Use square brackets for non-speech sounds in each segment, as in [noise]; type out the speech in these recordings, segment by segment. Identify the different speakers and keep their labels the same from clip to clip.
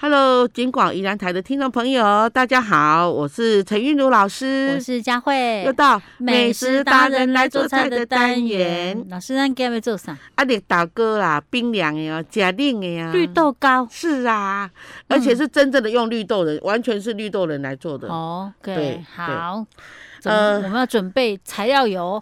Speaker 1: Hello，金广宜兰台的听众朋友，大家好，我是陈韵如老师，
Speaker 2: 我是佳慧
Speaker 1: 又，到
Speaker 2: 嗯美食达人来做菜的单元。。老师，咱今日要做啥？
Speaker 1: 啊，绿豆糕啦，冰凉的哦，假令的呀、
Speaker 2: 绿豆糕。
Speaker 1: 是啊，而且是真正的用绿豆
Speaker 2: 嗯
Speaker 1: 的，完全是绿豆人来做的。对
Speaker 2: 哦 OK，好。怎么
Speaker 1: 呃
Speaker 2: 我们要准备材料有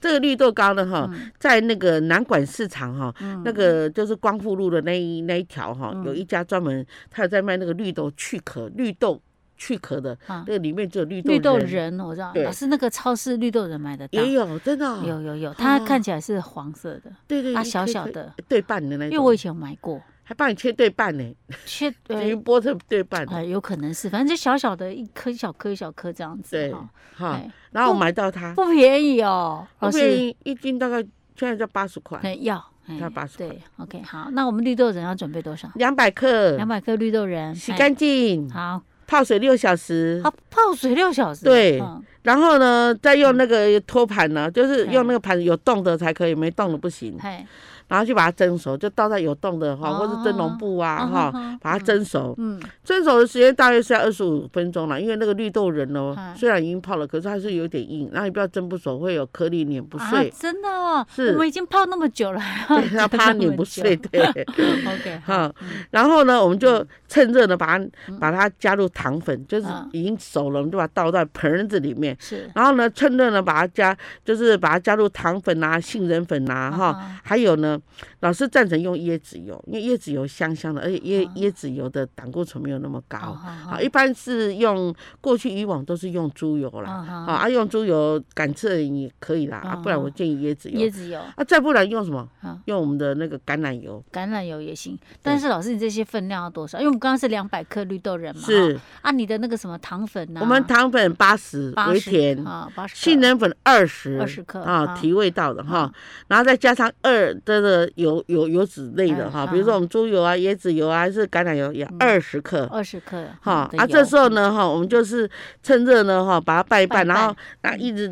Speaker 1: 这个绿豆糕呢，哈、
Speaker 2: 嗯
Speaker 1: 在那个南管市场哈、那个就是光复路的那一那一条哈、
Speaker 2: 嗯
Speaker 1: 有一家专门他有在卖那个绿豆去壳、绿豆去壳的，
Speaker 2: 啊
Speaker 1: 那个里面就有绿豆
Speaker 2: 绿豆
Speaker 1: 仁
Speaker 2: 仁，我知道，
Speaker 1: 对
Speaker 2: 老师那个超市绿豆仁买得到，
Speaker 1: 也有，真的哦、
Speaker 2: 有有有，它
Speaker 1: 哦
Speaker 2: 看起来是黄色的，
Speaker 1: 对对
Speaker 2: 啊
Speaker 1: 一颗
Speaker 2: 小
Speaker 1: 一
Speaker 2: 小
Speaker 1: 颗
Speaker 2: 的
Speaker 1: 对半的那种，
Speaker 2: 因为我以前有买过，
Speaker 1: 还帮你切对半呢，
Speaker 2: [laughs] 切
Speaker 1: 等
Speaker 2: 呃
Speaker 1: 于剥成对半，
Speaker 2: 呃有可能是，反正就小小的一颗一小颗一小颗这样子，
Speaker 1: 对
Speaker 2: 哦
Speaker 1: 哈
Speaker 2: 哎。
Speaker 1: 然后我
Speaker 2: 不
Speaker 1: 买到它，
Speaker 2: 不便宜哦，老
Speaker 1: 不
Speaker 2: 师
Speaker 1: 便宜，一斤大概现在就八十块，
Speaker 2: 哎要哎
Speaker 1: 要80
Speaker 2: 对，OK 好，那我们绿豆仁要准备多少？
Speaker 1: 两百克
Speaker 2: 两，百克绿豆仁，
Speaker 1: 嗯洗
Speaker 2: 哎
Speaker 1: 干净，
Speaker 2: 好，
Speaker 1: 泡水六小时
Speaker 2: 好，泡水六小时，
Speaker 1: 对
Speaker 2: 嗯
Speaker 1: 然后呢，再用那个托盘呢，就是
Speaker 2: 哎
Speaker 1: 用那个盘有洞的才可以，没洞的不行。
Speaker 2: 嘿，
Speaker 1: 然后就把它蒸熟，就倒在有洞的哈，或是蒸笼布啊
Speaker 2: 哦
Speaker 1: 哈，把它，蒸熟。
Speaker 2: 嗯，
Speaker 1: 蒸熟的时间大约是要二十五分钟了，因为那个绿豆仁哦，
Speaker 2: 嗯
Speaker 1: 虽然已经泡了，可是还是有点硬，然后你不要蒸不熟，会有颗粒碾不
Speaker 2: 啊
Speaker 1: 碎，
Speaker 2: 真的哦，
Speaker 1: 是
Speaker 2: 我们已经 [laughs] 泡那么久了，
Speaker 1: [laughs] 对，
Speaker 2: [laughs]
Speaker 1: 它怕
Speaker 2: 你
Speaker 1: 碾不碎，
Speaker 2: [laughs]
Speaker 1: 对。
Speaker 2: 嗯
Speaker 1: [laughs]
Speaker 2: ，OK，好，
Speaker 1: 哈，然后呢，我们就趁热呢，把它把它加入糖粉，就是
Speaker 2: 嗯
Speaker 1: 已经熟了，我们就把它倒在盆子里面。
Speaker 2: 是，
Speaker 1: 然后呢，趁热呢，把它加，就是把它加入糖粉啊、杏仁粉啊，哈、
Speaker 2: 啊
Speaker 1: 还有呢，老师赞成用椰子油，因为椰子油香香的，而且
Speaker 2: 嗯
Speaker 1: 椰、椰子油的胆固醇没有那么高。
Speaker 2: 好好
Speaker 1: 啊，一般是用过去以往都是用猪油啦，
Speaker 2: 好
Speaker 1: 啊，啊用猪油赶刺人也可以啦，啊，不然我
Speaker 2: 嗯
Speaker 1: 建议椰子油
Speaker 2: 椰，子油、
Speaker 1: 啊，再不然用什么
Speaker 2: 嗯？
Speaker 1: 用我们的那个橄榄油，
Speaker 2: 橄榄油也行，但是老师，你这些分量要多少？因为我们刚刚是两百克绿豆仁嘛，
Speaker 1: 是
Speaker 2: 哈啊，你的那个什么糖粉呢？
Speaker 1: 我们糖粉八十
Speaker 2: 80
Speaker 1: 为甜，
Speaker 2: 啊，八十
Speaker 1: 杏仁粉二十，
Speaker 2: 20克
Speaker 1: 啊，
Speaker 2: 啊
Speaker 1: 提味道的哈，然后再加上二这个油油油脂类的
Speaker 2: 嗯
Speaker 1: 哈，
Speaker 2: 嗯
Speaker 1: 比如说我们猪油啊、椰子油啊，还是橄榄油也二十克。
Speaker 2: 二十克
Speaker 1: 哈
Speaker 2: 嗯
Speaker 1: 啊，
Speaker 2: 的
Speaker 1: 这
Speaker 2: 油
Speaker 1: 时候呢，哈，我们就是趁热呢，哈，把它拌一拌，
Speaker 2: 拌一拌
Speaker 1: 然后然后一直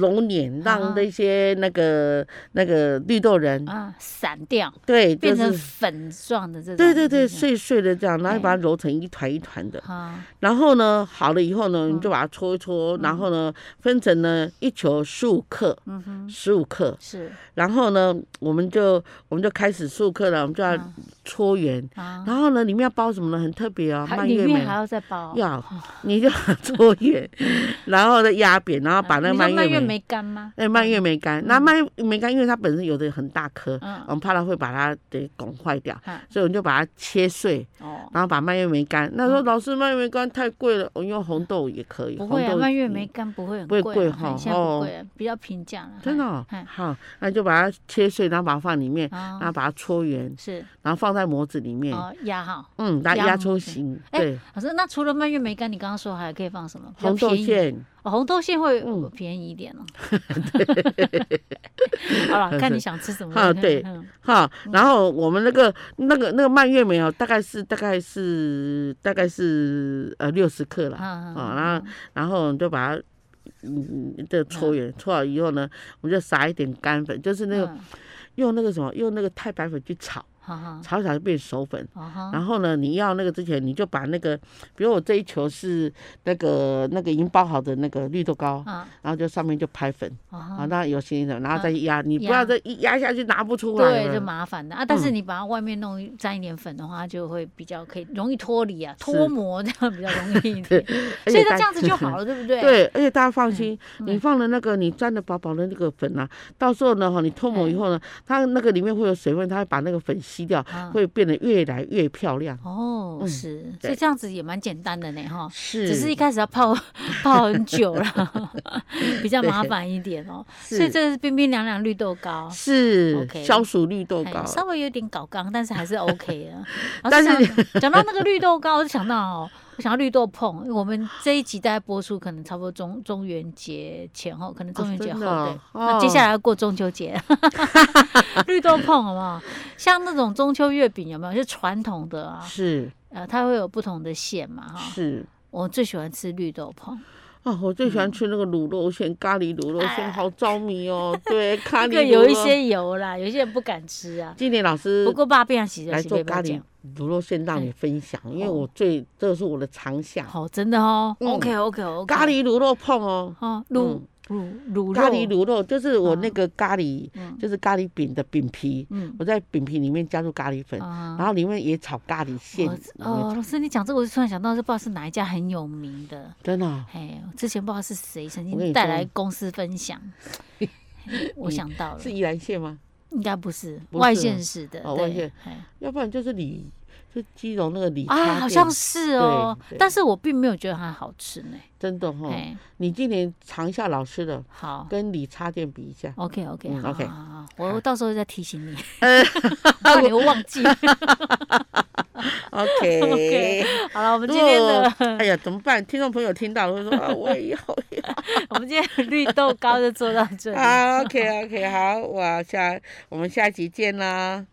Speaker 1: 揉捻，让
Speaker 2: 啊
Speaker 1: 那些那个那个绿豆仁，
Speaker 2: 啊散掉，
Speaker 1: 对，就
Speaker 2: 变成
Speaker 1: 是
Speaker 2: 粉状的这种，
Speaker 1: 对对对，
Speaker 2: 是不是
Speaker 1: 碎碎的这样，然后
Speaker 2: 哎
Speaker 1: 把它揉成一团一团的。
Speaker 2: 啊，
Speaker 1: 然后呢，好了以后呢，你
Speaker 2: 嗯
Speaker 1: 就把它搓一搓，然后呢，分成呢一球十五克，
Speaker 2: 嗯哼，
Speaker 1: 十五克，
Speaker 2: 是
Speaker 1: 然后呢，我们就我们就开始授课了，我们就要
Speaker 2: 啊
Speaker 1: 搓圆。
Speaker 2: 啊，
Speaker 1: 然后呢，里面要包什么呢？很特别哦，
Speaker 2: 还
Speaker 1: 蔓
Speaker 2: 里
Speaker 1: 越莓
Speaker 2: 面还要再包，
Speaker 1: 要，你就把它搓圆，然后再压扁，然后把那个
Speaker 2: 嗯你说
Speaker 1: 蔓
Speaker 2: 蔓
Speaker 1: 越莓，
Speaker 2: 莓干吗？
Speaker 1: 哎，蔓越莓干。那蔓越莓干，因为它本身有的很大颗，
Speaker 2: 嗯
Speaker 1: 我们怕它会把它给拱坏掉，
Speaker 2: 啊
Speaker 1: 所以我们就把它切碎，
Speaker 2: 哦，
Speaker 1: 然后把蔓越莓干。那时候老师蔓越莓干太贵了，我用红豆也可以，
Speaker 2: 嗯不
Speaker 1: 红
Speaker 2: 会啊，
Speaker 1: 豆
Speaker 2: 蔓越
Speaker 1: 泥
Speaker 2: 莓干不会很
Speaker 1: 不会
Speaker 2: 贵啊，
Speaker 1: 贵
Speaker 2: 哎
Speaker 1: 哈
Speaker 2: 现在不
Speaker 1: 哦
Speaker 2: 贵了，比较平价了，
Speaker 1: 真的哦
Speaker 2: 哎，
Speaker 1: 好，那你就把它切碎，然后把它放里面，然后
Speaker 2: 啊，
Speaker 1: 把它搓圆，
Speaker 2: 是
Speaker 1: 然后放在模子里面，
Speaker 2: 哦，压哈。
Speaker 1: 嗯，来压
Speaker 2: 压
Speaker 1: 缩
Speaker 2: 模
Speaker 1: 型，
Speaker 2: 哎
Speaker 1: 对，
Speaker 2: 老师，那除了蔓越莓干，你刚刚说还可以放什么？比较
Speaker 1: 红豆
Speaker 2: 便宜
Speaker 1: 馅，
Speaker 2: 哦，红豆馅会
Speaker 1: 嗯
Speaker 2: 便宜一点
Speaker 1: [laughs]
Speaker 2: 哦。好了，看你想吃
Speaker 1: [laughs]
Speaker 2: 什么。
Speaker 1: 啊对
Speaker 2: 嗯
Speaker 1: 哈，然后我们那个那个那个蔓越莓哦，大概是大概是大概是呃六十克啦，
Speaker 2: 啊
Speaker 1: 哦，然后然后你就把它。嗯，这搓圆搓好以后呢，我们就撒一点干粉，就是那个
Speaker 2: 嗯
Speaker 1: 用那个什么，用那个太白粉去炒，
Speaker 2: 好好，
Speaker 1: 炒一炒就变熟粉。
Speaker 2: 哦哈，
Speaker 1: 然后呢，你要那个之前，你就把那个，比如我这一球是那个那个已经包好的那个绿豆糕，
Speaker 2: 啊，
Speaker 1: 然后就上面就拍粉，
Speaker 2: 哦
Speaker 1: 啊，
Speaker 2: 哈，
Speaker 1: 那有形的，然后再压，你不
Speaker 2: 嗯压
Speaker 1: 要再一压下去拿不出来
Speaker 2: 对，就
Speaker 1: 了。
Speaker 2: 麻烦的啊。但
Speaker 1: 嗯
Speaker 2: 是你把它外面弄一沾一点粉的话，就会比较可以容易脱离啊，脱模这样比较容
Speaker 1: [laughs]
Speaker 2: 易一点。
Speaker 1: 而
Speaker 2: 所
Speaker 1: 且
Speaker 2: 以它
Speaker 1: 大
Speaker 2: 这样子就好。了，对不对？，
Speaker 1: 对，而且大家放心，
Speaker 2: 嗯
Speaker 1: 你放了那个你沾的薄薄的那个粉啊，到时候呢哈，你脱模以后呢，它那个里面会有水分，它会把那个粉吸掉，
Speaker 2: 嗯啊，
Speaker 1: 会变得越来越漂亮。
Speaker 2: 哦
Speaker 1: 嗯，
Speaker 2: 是，
Speaker 1: 对
Speaker 2: 所以这样子也蛮简单的呢，哈。
Speaker 1: 是
Speaker 2: 只是一开始要泡 [laughs] 泡很
Speaker 1: [laughs]
Speaker 2: 久了，比较麻烦一点哦。所以这是冰冰凉凉绿豆糕，
Speaker 1: 是
Speaker 2: OK
Speaker 1: 消暑绿豆
Speaker 2: 哎
Speaker 1: 糕，
Speaker 2: 稍微有点搞刚，但是还是 OK 啊
Speaker 1: [laughs]
Speaker 2: 的。
Speaker 1: 但
Speaker 2: 但
Speaker 1: 是
Speaker 2: 是讲到那个绿豆糕，我就想到哦，我想到绿豆碰，因为我们这一集大概播出可能差不多中中元节前后，可能中元节
Speaker 1: 真
Speaker 2: 后
Speaker 1: 的哦
Speaker 2: 对。
Speaker 1: 哦
Speaker 2: 那接下来要过中秋节， [laughs] 绿豆碰好不好？像那种中秋月饼有没有？就传统的啊，
Speaker 1: 是
Speaker 2: 呃，它会有不同的馅嘛哈。
Speaker 1: 是。
Speaker 2: 我最喜欢吃绿豆碰，
Speaker 1: 啊，我最喜
Speaker 2: 嗯
Speaker 1: 欢吃那个卤肉馅，咖喱卤肉
Speaker 2: 哎
Speaker 1: 馅，好着迷
Speaker 2: [laughs]
Speaker 1: 哦。对，咖
Speaker 2: 这
Speaker 1: 喱
Speaker 2: 个
Speaker 1: 卤
Speaker 2: 有一
Speaker 1: 肉。
Speaker 2: 些油啦，有些人不敢吃啊。
Speaker 1: 今年老师
Speaker 2: 不过爸变喜的
Speaker 1: 来
Speaker 2: 是被
Speaker 1: 做
Speaker 2: 爸
Speaker 1: 咖
Speaker 2: 讲
Speaker 1: 喱，卤肉馅让你分享，因为我最这是我的长项。
Speaker 2: 哦好，真的哦。
Speaker 1: 嗯
Speaker 2: OK OK OK，
Speaker 1: 咖喱卤肉碰哦，
Speaker 2: 哦，卤卤卤肉，
Speaker 1: 嗯咖喱卤肉就是我那
Speaker 2: 嗯
Speaker 1: 个咖喱，
Speaker 2: 嗯
Speaker 1: 就是咖喱饼的饼皮，
Speaker 2: 嗯
Speaker 1: 我在饼皮里面加入咖喱粉，
Speaker 2: 啊
Speaker 1: 然后里面也炒咖喱馅
Speaker 2: 我，哦，老师，你讲这个，我就突然想到，这不知道是哪一家很有名的。
Speaker 1: 真的哦。
Speaker 2: 哎，之前不知道是谁曾
Speaker 1: 我跟
Speaker 2: 经
Speaker 1: 你
Speaker 2: 带
Speaker 1: 说
Speaker 2: 来公司
Speaker 1: [laughs]
Speaker 2: 分享，嘿我想到了
Speaker 1: 是，宜兰县吗？
Speaker 2: 应该不是
Speaker 1: 不
Speaker 2: 外
Speaker 1: 是
Speaker 2: 县
Speaker 1: 吗
Speaker 2: 市的，
Speaker 1: 哦
Speaker 2: 对
Speaker 1: 外县
Speaker 2: 哎
Speaker 1: 要不然就是李，就基隆那个李
Speaker 2: 啊，
Speaker 1: 咖
Speaker 2: 好
Speaker 1: 店
Speaker 2: 像是哦
Speaker 1: 对，对哦
Speaker 2: 但是我并没有觉得它好吃呢。
Speaker 1: 真的哈。
Speaker 2: 哎，
Speaker 1: 你今年尝一下老师的，
Speaker 2: 好
Speaker 1: 跟李叉店比一下。
Speaker 2: ，OK OK
Speaker 1: 嗯
Speaker 2: 好
Speaker 1: ，OK
Speaker 2: 好好好，我我到时候再提
Speaker 1: [laughs]
Speaker 2: 醒你，
Speaker 1: 呃
Speaker 2: 怕你会忘
Speaker 1: [laughs]
Speaker 2: 记。
Speaker 1: OK。
Speaker 2: OK，好了，我们
Speaker 1: 如
Speaker 2: 今天的
Speaker 1: 果哎呀，怎么办？听众朋友听到了会
Speaker 2: [laughs]
Speaker 1: 说啊，我也要。
Speaker 2: 我们今天的绿豆糕就做到这里。
Speaker 1: 好，OK [laughs] OK，好，我下我们下集见啦。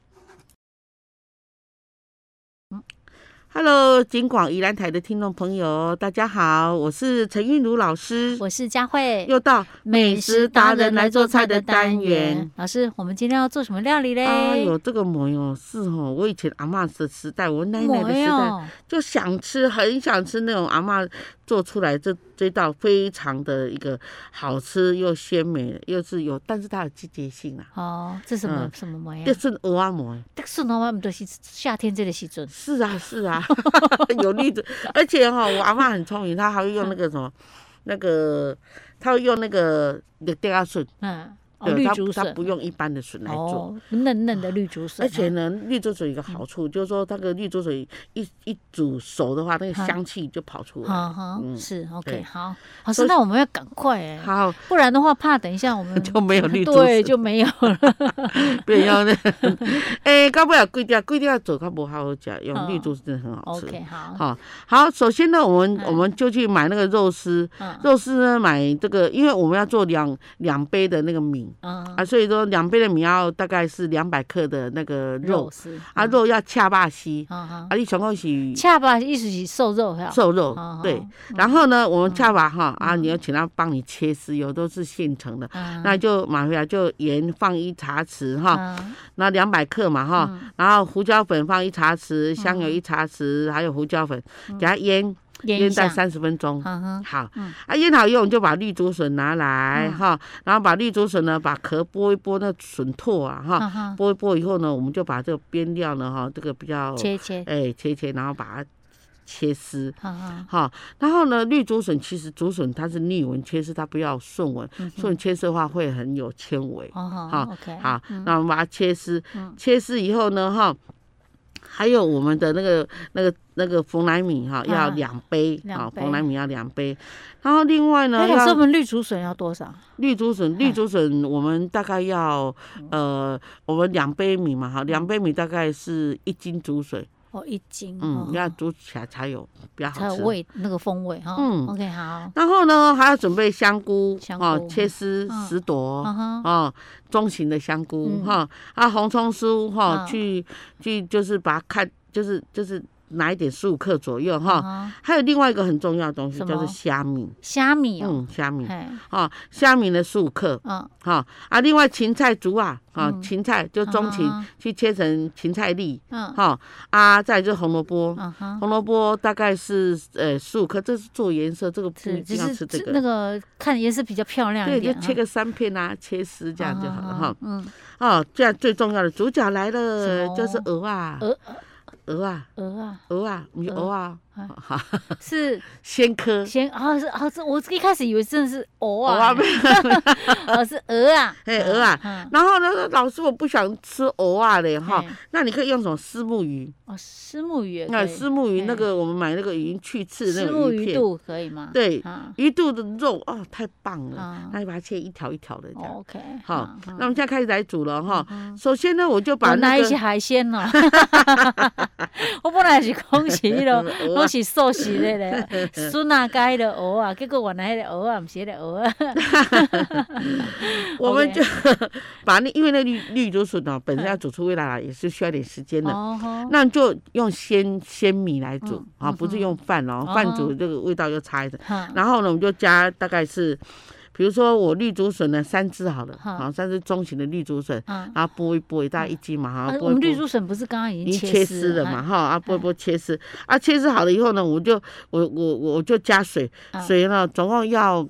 Speaker 1: Hello，金广宜兰台的听众朋友，大家好，我是陈韵如老师，
Speaker 2: 我是佳慧，
Speaker 1: 又到美食达人来做菜的单元。。
Speaker 2: 老师，我们今天要做什么料理嘞？
Speaker 1: 哎呦，这个馍哟，是哦，我以前阿嬷的时代，我奶奶的时代，
Speaker 2: 哟，
Speaker 1: 就想吃，很想吃那种阿嬷做出来这这道非常的一个好吃又鲜美，又是有，但是它有季节性啊，
Speaker 2: 哦，这什么、
Speaker 1: 嗯
Speaker 2: 什么模样
Speaker 1: 就？是蚵仔馍。
Speaker 2: 但是呢，我们都是夏天这个时阵，
Speaker 1: 是啊，是啊， [laughs] 有例子，而且哈、我阿嬷很聪明，她还会用那个什么，那个，她会用那个绿豆芽笋，
Speaker 2: 嗯，哦，
Speaker 1: 对，
Speaker 2: 绿
Speaker 1: 她
Speaker 2: 竹
Speaker 1: 她
Speaker 2: 笋
Speaker 1: 不，用一般的笋来做。
Speaker 2: 哦，嫩嫩的绿竹笋，
Speaker 1: 而
Speaker 2: 啊
Speaker 1: 且呢，绿竹笋有一个好处，就是说那个绿竹笋一一煮熟的话，那个
Speaker 2: 嗯
Speaker 1: 香气就跑出来。
Speaker 2: 哈，哈，
Speaker 1: 嗯
Speaker 2: 是 OK，
Speaker 1: 对
Speaker 2: 好，老
Speaker 1: 所
Speaker 2: 师，
Speaker 1: 以
Speaker 2: 那我们要赶快哎、
Speaker 1: 好，
Speaker 2: 不然的话，怕等一下我们
Speaker 1: [laughs] 就没有绿竹
Speaker 2: 对
Speaker 1: 笋，
Speaker 2: 就没有了。
Speaker 1: 变要那， [laughs] 哎，到尾啊，贵掉贵掉做，较无好好吃，用
Speaker 2: 嗯
Speaker 1: 绿竹笋真的很好吃。
Speaker 2: OK，好，
Speaker 1: 好，好，首先呢，我们
Speaker 2: 啊嗯
Speaker 1: 我们就去买那个肉丝，
Speaker 2: 嗯
Speaker 1: 肉丝呢，买这个，因为我们要做两两杯的那个米
Speaker 2: 嗯，
Speaker 1: 啊，所以说两杯的米要大概是两百克的那个肉
Speaker 2: 肉丝
Speaker 1: 啊，，肉要恰巴西
Speaker 2: 嗯嗯
Speaker 1: 啊，你总共是
Speaker 2: 恰吧，意思是瘦肉哈，
Speaker 1: 瘦肉
Speaker 2: 嗯
Speaker 1: 对
Speaker 2: 嗯，
Speaker 1: 然后呢，我们恰巴哈啊，你要请他帮你切丝，有都是现成的。
Speaker 2: 嗯
Speaker 1: 那就买回来就盐放一茶匙哈，
Speaker 2: 嗯
Speaker 1: 那两百克嘛哈，然后胡椒粉放一茶匙，香
Speaker 2: 嗯
Speaker 1: 油一茶匙，还有胡椒粉，给它腌
Speaker 2: 腌一
Speaker 1: 腌
Speaker 2: 下
Speaker 1: 在，三十分钟。
Speaker 2: 嗯哼，
Speaker 1: 好，
Speaker 2: 嗯
Speaker 1: 啊，腌好以后我们就把绿竹笋拿来
Speaker 2: 嗯
Speaker 1: 哈、然后把绿竹笋呢，把壳剥一剥，那笋拓啊哈，
Speaker 2: 嗯哼，
Speaker 1: 剥一剥以后呢，我们就把这个边料呢哈，这个比较
Speaker 2: 切一切，
Speaker 1: 哎切一切，然后把它切丝。
Speaker 2: 嗯哼，
Speaker 1: 哈，然后呢，绿竹笋其实竹笋它是逆纹切丝，它不要顺纹，
Speaker 2: 嗯
Speaker 1: 顺纹切丝的话会很有纤维。
Speaker 2: 哦
Speaker 1: 好
Speaker 2: 好，OK，
Speaker 1: 好
Speaker 2: 嗯，
Speaker 1: 那我们把它切丝，
Speaker 2: 嗯
Speaker 1: 切丝以后呢，哈，还有我们的那个那个那个蓬莱米哈，要
Speaker 2: 嗯
Speaker 1: 两杯啊
Speaker 2: 两，杯
Speaker 1: 蓬莱米要两杯，然后另外呢
Speaker 2: 哎，老师，我
Speaker 1: 要
Speaker 2: 们绿竹笋要多少？
Speaker 1: 绿竹笋，
Speaker 2: 嗯
Speaker 1: 绿竹笋我们大概要呃，我们两杯米嘛哈，
Speaker 2: 嗯
Speaker 1: 两杯米大概是一斤竹笋，
Speaker 2: 哦，一斤，
Speaker 1: 嗯
Speaker 2: 哦，
Speaker 1: 要煮起来才有比较
Speaker 2: 才
Speaker 1: 好
Speaker 2: 有
Speaker 1: 吃。
Speaker 2: 味那个风味哈。
Speaker 1: 嗯
Speaker 2: OK，好，
Speaker 1: 然后呢，还要准备香菇
Speaker 2: 香
Speaker 1: 哦
Speaker 2: 菇，
Speaker 1: 切丝
Speaker 2: 嗯
Speaker 1: 十朵，
Speaker 2: 嗯哼，
Speaker 1: 哦，中型的香菇
Speaker 2: 嗯
Speaker 1: 哈、啊，红葱酥哈、
Speaker 2: 嗯
Speaker 1: 去去就是把它看，就是就是拿一点十五克左右哈、
Speaker 2: 嗯哼
Speaker 1: 还有另外一个很重要的东西
Speaker 2: 什么
Speaker 1: 叫做虾米，
Speaker 2: 虾米哦，
Speaker 1: 嗯，虾米
Speaker 2: 嘿，
Speaker 1: 啊，虾米的十五克
Speaker 2: 嗯，
Speaker 1: 哈啊，另外芹菜竹啊，啊，
Speaker 2: 嗯
Speaker 1: 芹菜就中芹、
Speaker 2: 嗯哼
Speaker 1: 去切成芹菜粒
Speaker 2: 嗯，
Speaker 1: 哈啊，再来就是红萝卜。
Speaker 2: 嗯哼，
Speaker 1: 红萝卜大概是呃十五克，这是做颜色，这个不一
Speaker 2: 是，只
Speaker 1: 定要
Speaker 2: 是
Speaker 1: 吃这
Speaker 2: 只
Speaker 1: 个，
Speaker 2: 那个看颜色比较漂亮一
Speaker 1: 对，就
Speaker 2: 点，
Speaker 1: 切个三片啊，切丝这样就好了哈。
Speaker 2: 嗯。嗯，
Speaker 1: 哦，这样最重要的主角来
Speaker 2: 什
Speaker 1: 了，
Speaker 2: 么
Speaker 1: 就是鹅啊，
Speaker 2: 鹅
Speaker 1: 鹅啊，[laughs]
Speaker 2: 鹅啊，
Speaker 1: 鹅啊，你
Speaker 2: 鹅
Speaker 1: 鹅啊，
Speaker 2: 哎
Speaker 1: 好，
Speaker 2: 是
Speaker 1: 先科
Speaker 2: 先啊是啊是，我一开始以为真的是鹅
Speaker 1: 鹅啊 [laughs]
Speaker 2: 啊，哦是鹅啊，
Speaker 1: 嘿鹅啊
Speaker 2: 嗯，
Speaker 1: 然后呢，老师我不想吃鹅啊嘞哈
Speaker 2: 嘿，
Speaker 1: 那你可以用什么丝木鱼？
Speaker 2: 哦石目鱼也可
Speaker 1: 那
Speaker 2: 以，
Speaker 1: 丝木鱼
Speaker 2: 嘿
Speaker 1: 那个我们买那个已经去刺那
Speaker 2: 石目
Speaker 1: 种鱼
Speaker 2: 鱼
Speaker 1: 片，
Speaker 2: 肚可以吗？
Speaker 1: 对
Speaker 2: 啊
Speaker 1: 鱼肚的肉哦，太棒了
Speaker 2: 啊，
Speaker 1: 那你把它切一条一条的这样。
Speaker 2: 哦，OK，
Speaker 1: 好
Speaker 2: 啊，
Speaker 1: 那
Speaker 2: 啊
Speaker 1: 我们现在开始来煮了哈。首先呢，我就把 [laughs]
Speaker 2: 嗯我拿
Speaker 1: 那
Speaker 2: 一些
Speaker 1: 个
Speaker 2: 海鲜呢，哦 [laughs] 我本来是讲是
Speaker 1: [laughs]
Speaker 2: 迄落，
Speaker 1: 蚵仔
Speaker 2: 拢是素食的咧，
Speaker 1: [laughs]
Speaker 2: 笋啊加迄个蚵啊，结果原来迄个蚵啊，毋是迄个蚵啊， [laughs]
Speaker 1: 我们就 [laughs] 把那因为那绿绿竹笋哦呢，本身要煮出味道来也是需要点时间的，
Speaker 2: 嗯哦吼，
Speaker 1: 那就用鲜鲜米来煮
Speaker 2: 嗯
Speaker 1: 啊，
Speaker 2: 嗯
Speaker 1: 不是用饭哦
Speaker 2: 哦，嗯
Speaker 1: 饭煮这个味道又差一点。
Speaker 2: 哈
Speaker 1: 然后呢，我们就加大概是，比如说我绿竹笋呢三只好了，
Speaker 2: 嗯
Speaker 1: 好三只中型的绿竹笋，
Speaker 2: 啊，
Speaker 1: 然后剥一剥，大概一斤嘛，哈
Speaker 2: 啊，我
Speaker 1: 剥
Speaker 2: 们
Speaker 1: 一
Speaker 2: 绿
Speaker 1: 剥。
Speaker 2: 竹笋不是刚刚已
Speaker 1: 已
Speaker 2: 经
Speaker 1: 经切
Speaker 2: 丝哎
Speaker 1: 丝了嘛，？哈啊，剥一剥切丝啊，切丝好了以后呢，我就我我我就加水
Speaker 2: 啊，
Speaker 1: 水呢总共要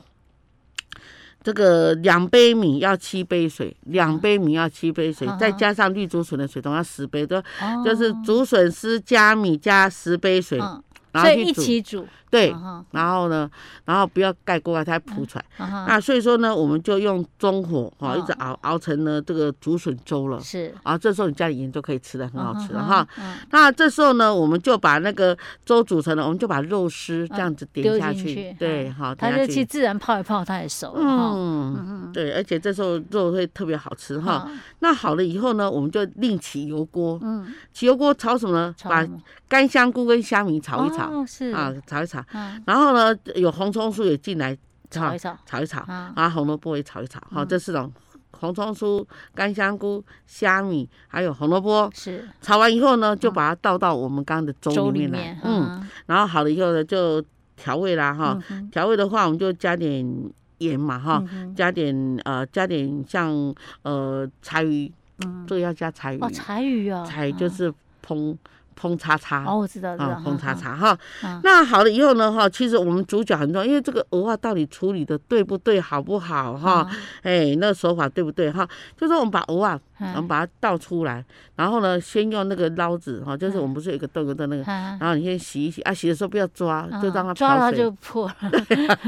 Speaker 1: 这个两杯米要七杯水，两杯米要七杯水
Speaker 2: 啊，
Speaker 1: 再
Speaker 2: 哈
Speaker 1: 加上绿竹笋的水，总要十杯，都
Speaker 2: 哦
Speaker 1: 就是竹笋丝加米加十杯水，
Speaker 2: 嗯
Speaker 1: 然后
Speaker 2: 所以一
Speaker 1: 去煮，
Speaker 2: 起煮，
Speaker 1: 对
Speaker 2: 啊，哈
Speaker 1: 然后呢，然后不要盖锅啊，它会扑出来。
Speaker 2: 啊哈
Speaker 1: 那所以说呢，我们就用中火哈、
Speaker 2: 嗯
Speaker 1: 一直熬熬成呢这个竹笋粥了。
Speaker 2: 是
Speaker 1: 啊，这时候你家里盐就可以吃的很好吃了
Speaker 2: 嗯
Speaker 1: 哈。
Speaker 2: 嗯
Speaker 1: 那这时候呢，我们就把那个粥煮成了，我们就把肉丝这样子
Speaker 2: 丢
Speaker 1: 点下
Speaker 2: 进
Speaker 1: 去，
Speaker 2: 去
Speaker 1: 对，
Speaker 2: 嗯
Speaker 1: 好，
Speaker 2: 它
Speaker 1: 点
Speaker 2: 热
Speaker 1: 下
Speaker 2: 气
Speaker 1: 去。
Speaker 2: 自然泡一泡，它也熟了哈。
Speaker 1: 嗯，
Speaker 2: 嗯
Speaker 1: 对，而且这时候肉会特别好吃
Speaker 2: 嗯
Speaker 1: 哈。
Speaker 2: 哈，
Speaker 1: 那好了以后呢，我们就另起油锅，
Speaker 2: 嗯，
Speaker 1: 起油锅炒什么呢？
Speaker 2: 炒
Speaker 1: 把
Speaker 2: 什么
Speaker 1: 干香菇跟虾米炒一炒，
Speaker 2: 哦是
Speaker 1: 啊
Speaker 2: 啊，，
Speaker 1: 炒一炒。
Speaker 2: 嗯
Speaker 1: 然后呢，有红葱酥也进来
Speaker 2: 炒嗯一炒
Speaker 1: 炒一炒，
Speaker 2: 啊，
Speaker 1: 然后红萝卜也炒一炒，好，这四种红葱酥、干香菇、虾米，还有红萝卜。
Speaker 2: 是
Speaker 1: 炒完以后呢，就把它倒到我们刚刚的粥
Speaker 2: 粥
Speaker 1: 里
Speaker 2: 里
Speaker 1: 面来
Speaker 2: 面，，
Speaker 1: 嗯，
Speaker 2: 嗯
Speaker 1: 然后好了以后呢，就调味啦哈
Speaker 2: 嗯。哼
Speaker 1: 调味的话，我们就加点盐嘛哈
Speaker 2: 嗯，哼
Speaker 1: 加点呃加点像呃柴鱼，
Speaker 2: 嗯
Speaker 1: 这个要加柴鱼
Speaker 2: 哦，，柴鱼啊，
Speaker 1: 嗯柴就是烹烹叉叉
Speaker 2: 哦，我知道，知道
Speaker 1: 啊，，烹叉
Speaker 2: 嗯
Speaker 1: 叉哈。
Speaker 2: 嗯
Speaker 1: 那好了以后呢，哈，其实我们主角很重要，因为这个鹅啊到底处理的对不对，好不好哈？，哎、那手法对不对哈？就是我们把鹅啊，
Speaker 2: 嗯
Speaker 1: 我们把它倒出来，然后呢，先用那个捞子哈，就是我们不是有一个豆油的那个。
Speaker 2: 嗯
Speaker 1: 然后你先洗一洗啊，洗的时候不要抓，就让它
Speaker 2: 嗯抓
Speaker 1: 泡
Speaker 2: 了它
Speaker 1: 水
Speaker 2: 就。嗯破了，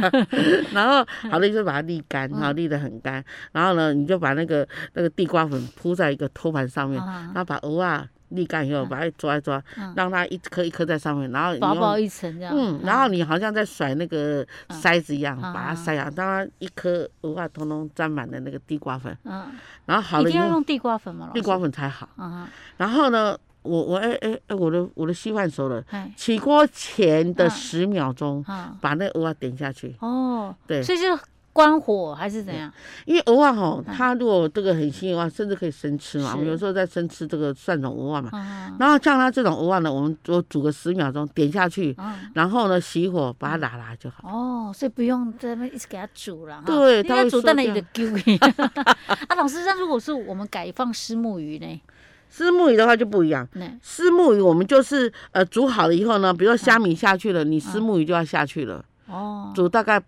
Speaker 1: 然后好了，你就把它沥干，
Speaker 2: 嗯
Speaker 1: 哈，沥得很干。然后呢，你就把那个那个地瓜粉铺在一个托盘上面，
Speaker 2: 啊
Speaker 1: 然后把鹅啊沥干以后，把它抓一抓
Speaker 2: 嗯，
Speaker 1: 让它一颗一颗在上面。然后你
Speaker 2: 薄
Speaker 1: 用
Speaker 2: 薄一层这样，
Speaker 1: 嗯，然后你好像在甩那个筛子一样，
Speaker 2: 嗯
Speaker 1: 把它
Speaker 2: 嗯
Speaker 1: 筛啊，当然一颗鹅啊，通通沾满了那个地瓜粉，
Speaker 2: 嗯，
Speaker 1: 然后好了
Speaker 2: 一
Speaker 1: 以
Speaker 2: 定要
Speaker 1: 后，
Speaker 2: 用地瓜粉吗？老
Speaker 1: 地
Speaker 2: 师
Speaker 1: 瓜，粉才好。
Speaker 2: 啊，
Speaker 1: 然后呢，我我哎哎哎，我的我的稀饭熟了，
Speaker 2: 哎，
Speaker 1: 起锅前的
Speaker 2: 嗯
Speaker 1: 十秒钟，
Speaker 2: 啊，
Speaker 1: 把那个鹅啊点下去，
Speaker 2: 哦，
Speaker 1: 对
Speaker 2: 所以是关火还是怎样？
Speaker 1: 因为鹅啊吼，它如果这个很新的话，甚至可以生吃嘛。
Speaker 2: 嗯是
Speaker 1: 我们有时候在生吃这个蒜蓉鹅啊嘛。
Speaker 2: 啊，
Speaker 1: 然后像它这种鹅啊呢，我们我煮个十秒钟，点下去，
Speaker 2: 啊，
Speaker 1: 然后呢熄火，把它
Speaker 2: 嗯
Speaker 1: 拉拉就好。
Speaker 2: 哦，所以不用在那边一直给它煮了哈，
Speaker 1: 对它
Speaker 2: 因为
Speaker 1: 会
Speaker 2: 煮
Speaker 1: 缩
Speaker 2: 蛋了
Speaker 1: 掉
Speaker 2: 有点丢 [laughs] 一样。
Speaker 1: [laughs]
Speaker 2: 啊，老师，那如果是我们改放石目鱼呢？
Speaker 1: 丝木鱼的话就不一样。
Speaker 2: 那
Speaker 1: 丝木鱼我们就是呃煮好了以后呢，比如说
Speaker 2: 嗯
Speaker 1: 虾米下去了，你丝木鱼就要下去了，
Speaker 2: 哦，
Speaker 1: 煮大概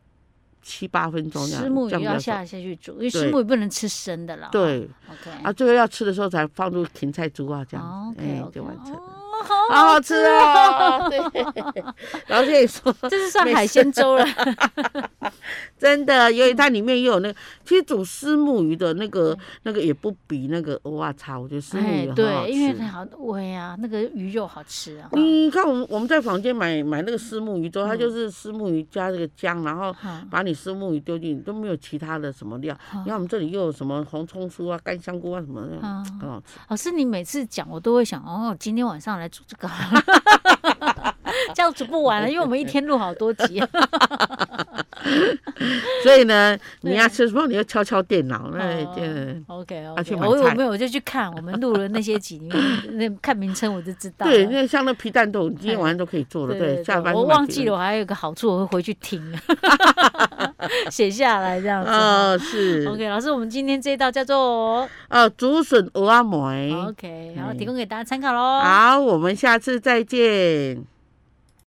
Speaker 1: 七八分钟这样。
Speaker 2: 石目鱼
Speaker 1: 这样比较
Speaker 2: 要
Speaker 1: 熟
Speaker 2: 下下去哦煮，因为
Speaker 1: 对
Speaker 2: 石目鱼不能吃生的啦。
Speaker 1: 对
Speaker 2: ，OK，
Speaker 1: 啊，最后要吃的时候才放入芹菜猪啊，这样
Speaker 2: 哦
Speaker 1: 子，哎
Speaker 2: ，OK，
Speaker 1: 就完成。了。
Speaker 2: 哦，好
Speaker 1: 好好吃哦，对。然后跟你说，
Speaker 2: 这是算海鲜
Speaker 1: [laughs]
Speaker 2: 粥了。
Speaker 1: 真的，由于它里面也有那个，其实煮丝木鱼的那个那个也不比那个蚵仔差，我觉得丝木鱼很好
Speaker 2: 嗯哎对，因为它
Speaker 1: 吃。嗯
Speaker 2: 好喂啊，那个鱼肉好吃啊。
Speaker 1: 你看，我们我们在房间买买那个丝木鱼粥，它就是丝木鱼加这个姜，然后
Speaker 2: 嗯哈
Speaker 1: 把你丝木鱼丢进去，都没有其他的什么料。你看我们这里又有什么红葱酥啊、干香菇啊什么的，
Speaker 2: 啊
Speaker 1: 很好吃。
Speaker 2: 老师，你每次讲我都会想，哦，今天晚上来煮这个 [laughs] 好了，这样煮不完了，因为我们一天录好
Speaker 1: [laughs]
Speaker 2: 多集。
Speaker 1: 所以
Speaker 2: [laughs]
Speaker 1: 呢，你要吃什么，你要敲敲电脑，哎那
Speaker 2: 哦
Speaker 1: 就
Speaker 2: OK
Speaker 1: 要啊去
Speaker 2: OK，
Speaker 1: 买
Speaker 2: 我有
Speaker 1: 菜
Speaker 2: 没有我就去看我们录了那些集里面，那看名称我就知道了。
Speaker 1: 对，那像那皮蛋豆，你今天晚上都可以做了。对，下班
Speaker 2: 我
Speaker 1: 就买
Speaker 2: 忘
Speaker 1: 皮
Speaker 2: 记
Speaker 1: 蛋
Speaker 2: 了，我还有一个好处，我会回去听，
Speaker 1: [laughs]
Speaker 2: [laughs] 写下来这样子。
Speaker 1: 哦，是
Speaker 2: OK，老师，我们今天这一道叫做
Speaker 1: 呃，竹笋鹅阿梅。
Speaker 2: OK，然后
Speaker 1: 嗯
Speaker 2: 提供给大家参考喽。
Speaker 1: 好，我们下次再见。